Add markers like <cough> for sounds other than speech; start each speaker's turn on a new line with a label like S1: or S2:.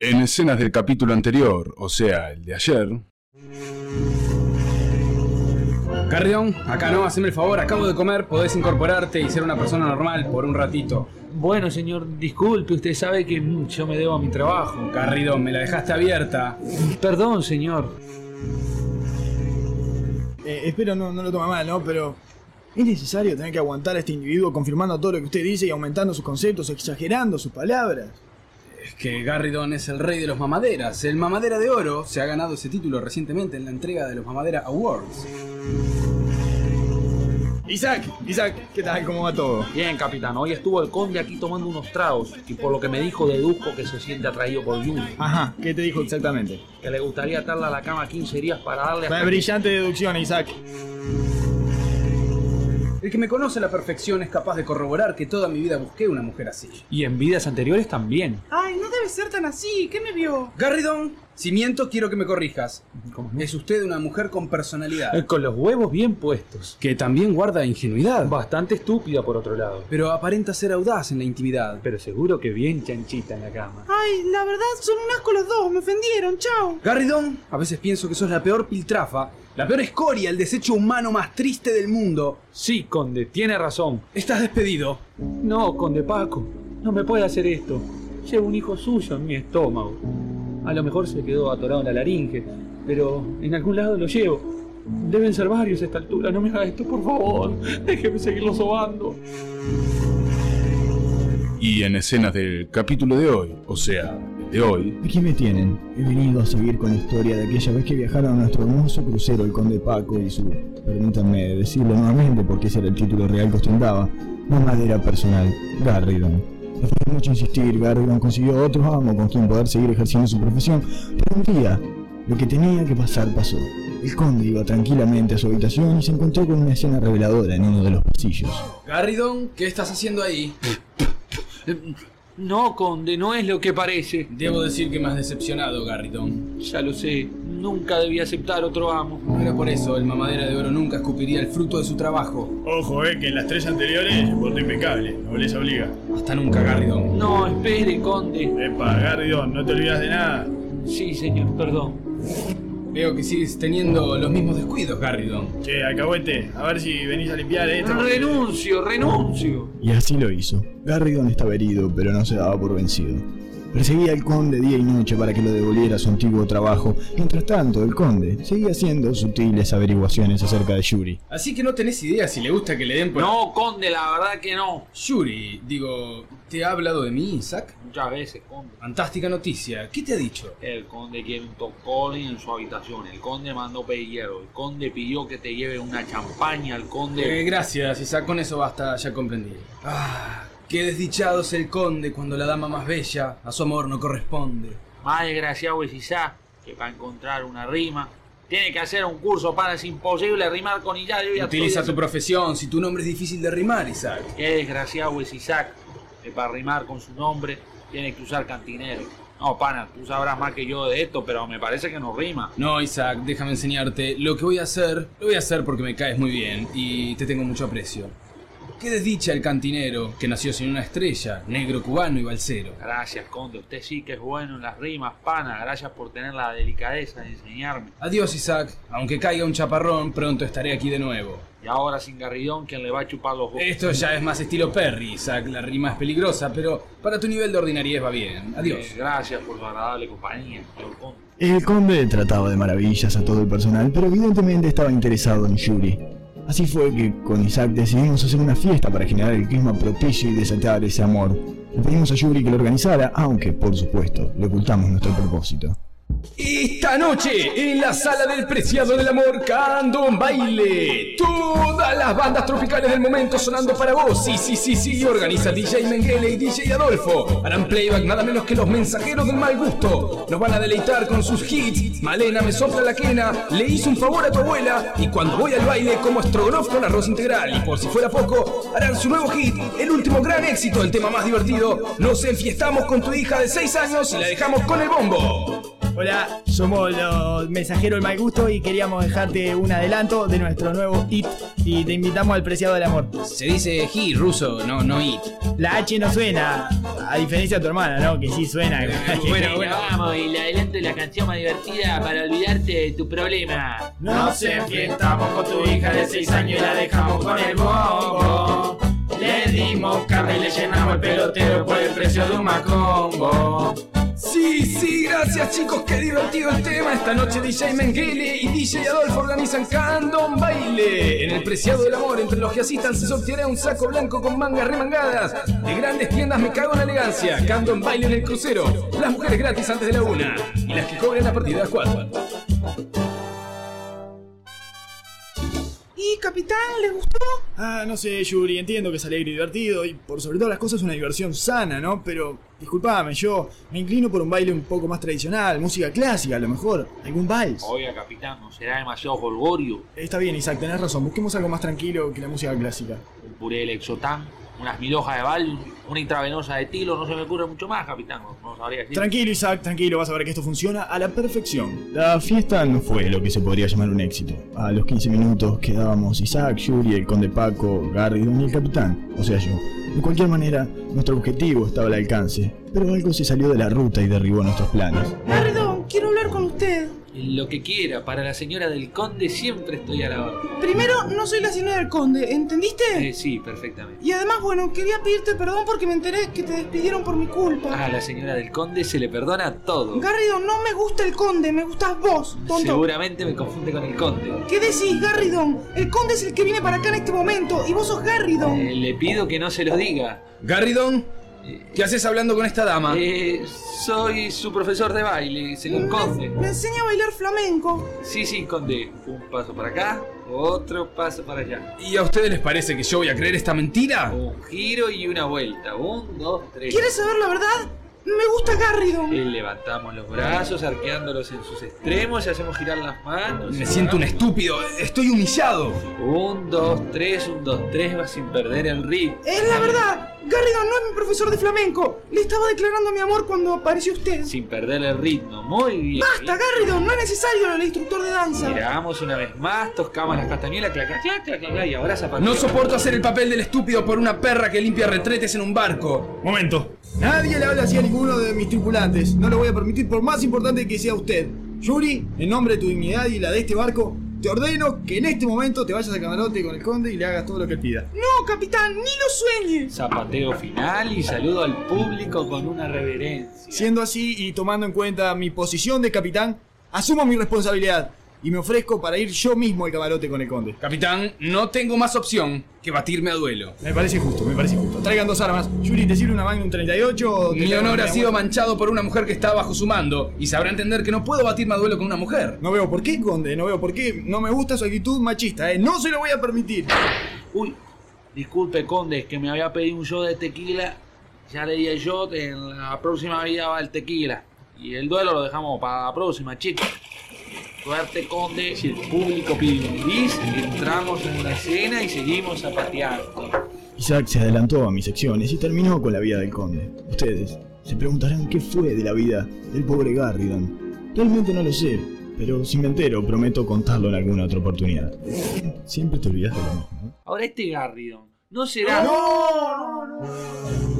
S1: En escenas del capítulo anterior, o sea, el de ayer.
S2: Carrión, acá no, haceme el favor, acabo de comer, podés incorporarte y ser una persona normal por un ratito.
S3: Bueno, señor, disculpe, usted sabe que mm, yo me debo a mi trabajo.
S2: Carridón, me la dejaste abierta.
S3: Perdón, señor.
S4: Eh, espero no, no lo tome mal, ¿no? Pero es necesario tener que aguantar a este individuo confirmando todo lo que usted dice y aumentando sus conceptos, exagerando sus palabras.
S2: Es que Garridon es el rey de los mamaderas, el mamadera de oro, se ha ganado ese título recientemente en la entrega de los Mamadera Awards.
S4: Isaac, Isaac, ¿qué tal? ¿Cómo va todo?
S3: Bien, capitán, hoy estuvo el conde aquí tomando unos tragos y por lo que me dijo deduzco que se siente atraído por Yuna,
S4: Ajá, ¿qué te dijo exactamente?
S3: que le gustaría atarla a la cama 15 días para darle
S4: Una brillante deducción, Isaac.
S2: El que me conoce a la perfección es capaz de corroborar que toda mi vida busqué una mujer así.
S3: Y en vidas anteriores también.
S5: Ay, no debe ser tan así. ¿Qué me vio?
S2: Garridon, si miento quiero que me corrijas. Es usted una mujer con personalidad.
S3: Eh, Con los huevos bien puestos.
S2: Que también guarda ingenuidad.
S3: Bastante estúpida por otro lado.
S2: Pero aparenta ser audaz en la intimidad.
S3: Pero seguro que bien chanchita en la cama.
S5: Ay, la verdad son un asco los dos. Me ofendieron. Chao.
S2: Garridon, a veces pienso que sos la peor piltrafa, la peor escoria, el desecho humano más triste del mundo.
S3: Sí, conde, tiene razón.
S2: Estás despedido.
S3: No, conde Paco, no me puede hacer esto. Llevo un hijo suyo en mi estómago. A lo mejor se quedó atorado en la laringe, pero en algún lado lo llevo. Deben ser varios a esta altura. No me haga esto, por favor. <laughs> Déjeme seguirlo sobando.
S1: Y en escenas del capítulo de hoy, o sea, el de hoy.
S4: Aquí me tienen. He venido a seguir con la historia de aquella vez que viajaron a nuestro hermoso crucero el conde Paco y su, permítanme decirlo nuevamente porque ese era el título real que ostentaba, mamadera personal, Garridon. Después de mucho insistir, Garridon consiguió otro amo con quien poder seguir ejerciendo su profesión, pero un día lo que tenía que pasar pasó. El conde iba tranquilamente a su habitación y se encontró con una escena reveladora en uno de los pasillos.
S2: Garridon, ¿qué estás haciendo ahí?
S3: No, conde, no es lo que parece.
S2: Debo decir que me has decepcionado, Garridon.
S3: Ya lo sé. Nunca debí aceptar otro amo.
S2: No era por eso, el mamadera de oro nunca escupiría el fruto de su trabajo.
S6: Ojo, eh, que en las tres anteriores voto impecable, nobleza obliga.
S2: Hasta nunca, Garridon.
S3: No, espere, conde.
S6: Epa, Gardión, no te olvidas de nada.
S3: Sí, señor, perdón.
S2: Veo que sigues teniendo los mismos descuidos, Garridon.
S6: Che, alcahuete, a ver si venís a limpiar
S7: eh,
S6: esto.
S3: Renuncio, renuncio.
S4: Y así lo hizo. Garridon estaba herido, pero no se daba por vencido. Perseguía al conde día y noche para que lo devolviera a su antiguo trabajo. Mientras tanto, el conde seguía haciendo sutiles averiguaciones acerca de Yuri.
S2: Así que no tenés idea si le gusta que le den por...
S3: No, conde, la verdad que no.
S2: Yuri, digo, ¿te ha hablado de mí, Isaac?
S3: Muchas veces, conde.
S2: Fantástica noticia. ¿Qué te ha dicho?
S3: El conde quiere un top Collins en su habitación. El conde mandó pedir hielo. El conde pidió que te lleve una champaña. El
S2: Eh,
S3: conde.
S2: gracias, Isaac, con eso basta, ya comprendí. Ah, qué desdichado es el conde cuando la dama más bella a su amor no corresponde.
S3: Más desgraciado es Isaac, que para encontrar una rima tiene que hacer un curso para. Es imposible rimar con Isaac. Yo ya estoy
S2: Utiliza
S3: des-
S2: tu profesión, si tu nombre es difícil de rimar, Isaac.
S3: Qué desgraciado es Isaac, que para rimar con su nombre tiene que usar cantinero. No, pana, tú sabrás más que yo de esto, pero me parece que no rima.
S2: No, Isaac, déjame enseñarte. Lo que voy a hacer, lo voy a hacer porque me caes muy bien y te tengo mucho aprecio. Qué desdicha el cantinero, que nació sin una estrella, negro cubano y balsero.
S3: Gracias, conde. Usted sí que es bueno en las rimas, pana. Gracias por tener la delicadeza de enseñarme.
S2: Adiós, Isaac. Aunque caiga un chaparrón, pronto estaré aquí de nuevo.
S3: Y ahora sin Garridón, quien le va a chupar los
S8: Eh,
S3: ojos.
S2: Esto ya es más estilo Perry, Isaac. La rima es peligrosa, pero para tu nivel de ordinariedad va bien. Adiós.
S3: Eh, Gracias por su agradable compañía, señor conde.
S4: El conde trataba de maravillas a todo el personal, pero evidentemente estaba interesado en Yuri. Así fue que con Isaac decidimos hacer una fiesta para generar el clima propicio y desatar ese amor. Le pedimos a Yuri que lo organizara, aunque, por supuesto, le ocultamos nuestro propósito.
S2: Esta noche, en la sala del preciado del amor, Candom Baile. Todas las bandas tropicales del momento sonando para vos. Sí, sí, sí, sí. Organiza DJ Mengele y DJ Adolfo. Harán playback nada menos que los mensajeros del mal gusto. Nos van a deleitar con sus hits. Malena me sopla la quena. Le hice un favor a tu abuela. Y cuando voy al baile, como estrogonoff con arroz integral. Y por si fuera poco, harán su nuevo hit. El último gran éxito, el tema más divertido. Nos enfiestamos con tu hija de 6 años y la dejamos con el bombo.
S7: Hola, somos los mensajeros del mal gusto y queríamos dejarte un adelanto de nuestro nuevo hit y te invitamos al preciado del amor.
S8: Se dice he ruso, no, no it.
S7: La H no suena, a diferencia de tu hermana, ¿no? Que sí
S8: <laughs>
S7: suena.
S8: <laughs> Bueno, bueno.
S3: vamos, y le adelanto la canción más divertida para olvidarte de tu problema.
S9: Nos enfrentamos con tu hija de 6 años y la dejamos con el bombo. Le dimos carne y le llenamos el pelotero por el precio de un macombo.
S2: Sí, sí, gracias chicos, qué divertido el tema. Esta noche DJ Mengele y DJ Adolfo organizan Candom Baile. En el preciado del amor, entre los que asistan se sorteará un saco blanco con mangas remangadas. De grandes tiendas me cago en la elegancia. Candom Baile en el crucero. Las mujeres gratis antes de la una. Y las que cobran a partir de las cuatro.
S5: ¿Y capitán, le gustó?
S7: Ah, no sé, Yuri, entiendo que es alegre y divertido y por sobre todas las cosas una diversión sana, ¿no? Pero, disculpame, yo me inclino por un baile un poco más tradicional, música clásica a lo mejor, algún vals.
S3: Oiga, capitán, ¿no será demasiado jolgorio?
S7: Está bien, Isaac, tenés razón, busquemos algo más tranquilo que la música clásica.
S3: Un puré de lexotán, unas mil hojas de bal, una intravenosa de tilo, no se me ocurre mucho más, capitán. No, no sabría decir.
S7: Tranquilo, Isaac, tranquilo, vas a ver que esto funciona a la perfección.
S4: La fiesta no fue lo que se podría llamar un éxito. A los 15 minutos quedábamos Isaac, Yuri, el conde Paco, Garridon y el capitán, o sea yo. De cualquier manera, nuestro objetivo estaba al alcance, pero algo se salió de la ruta y derribó nuestros planes.
S5: Gardón, quiero hablar con usted.
S3: Lo que quiera, para la señora del conde siempre estoy a la orden.
S5: Primero, no soy la señora del conde, ¿entendiste?
S3: Eh, sí, perfectamente.
S5: Y además, bueno, quería pedirte perdón porque me enteré que te despidieron por mi culpa.
S3: A la señora del conde se le perdona todo.
S5: Garrido, no me gusta el conde, me gustas vos, tonto.
S3: Seguramente me confunde con el conde.
S5: ¿Qué decís, Garridon? El conde es el que viene para acá en este momento y vos sos Garridon.
S3: Eh, le pido que no se lo diga.
S2: Garridon, ¿qué haces hablando con esta dama?
S3: Eh, soy su profesor de baile, señor
S5: Me,
S3: conde.
S5: me enseña a bailar flamenco.
S3: Sí, sí, conde. Un paso para acá, otro paso para allá.
S2: ¿Y a ustedes les parece que yo voy a creer esta mentira?
S3: Un giro y una vuelta. Un, dos, tres.
S5: ¿Quieres saber la verdad? Me gusta
S3: Eh,
S5: Garridon.
S3: levantamos los brazos, arqueándolos en sus extremos y hacemos girar las manos.
S2: Me siento un estúpido, estoy humillado.
S3: Un, dos, tres, un, dos, tres, va sin perder el ritmo.
S5: Es la verdad. Garridon no es mi profesor de flamenco. Le estaba declarando mi amor cuando apareció usted.
S3: Sin perder el ritmo, muy bien.
S5: ¡Basta, Garridon! No es necesario el instructor de danza.
S3: Giramos una vez más, tocamos las castañuelas, clac, clac, clac, clac, clac, clac, y ahora zapateo.
S2: No soporto hacer el papel del estúpido por una perra que limpia retretes en un barco.
S10: Momento.
S7: Nadie le habla así a ninguno de mis tripulantes, no lo voy a permitir por más importante que sea usted. Yuri, en nombre de tu dignidad y la de este barco, te ordeno que en este momento te vayas al camarote con el conde y le hagas todo lo que él pida.
S5: No, capitán, ni lo sueñes.
S3: Zapateo final y saludo al público con una reverencia.
S7: Siendo así y tomando en cuenta mi posición de capitán, asumo mi responsabilidad y me ofrezco para ir yo mismo al camarote con el conde.
S2: Capitán, no tengo más opción que batirme a duelo.
S7: Me parece justo, me parece justo. Traigan dos armas. Yuri, ¿te sirve una Magnum 38 o te
S2: Mi
S7: traigo
S2: honor
S7: una
S2: ha sido
S7: Magnum?
S2: manchado por una mujer que está bajo su mando y sabrá entender que no puedo batirme a duelo con una mujer.
S7: No veo por qué, conde, no veo por qué. No me gusta su actitud machista, ¿eh? No se lo voy a permitir.
S3: Uy, disculpe, conde, es que me había pedido un shot de tequila. Ya le di el shot, en la próxima vida va el tequila. Y el duelo lo dejamos para la próxima, chicos. Suerte, conde. Si el público pide un bis, entramos en una escena y seguimos zapateando.
S4: Isaac se adelantó a mis secciones y terminó con la vida del conde. Ustedes se preguntarán qué fue de la vida del pobre Garridan. Realmente no lo sé, pero si me entero prometo contarlo en alguna otra oportunidad. Siempre te olvidas de lo mismo. ¿no?
S3: Ahora este Garridon, ¿no será...
S7: No, no, no.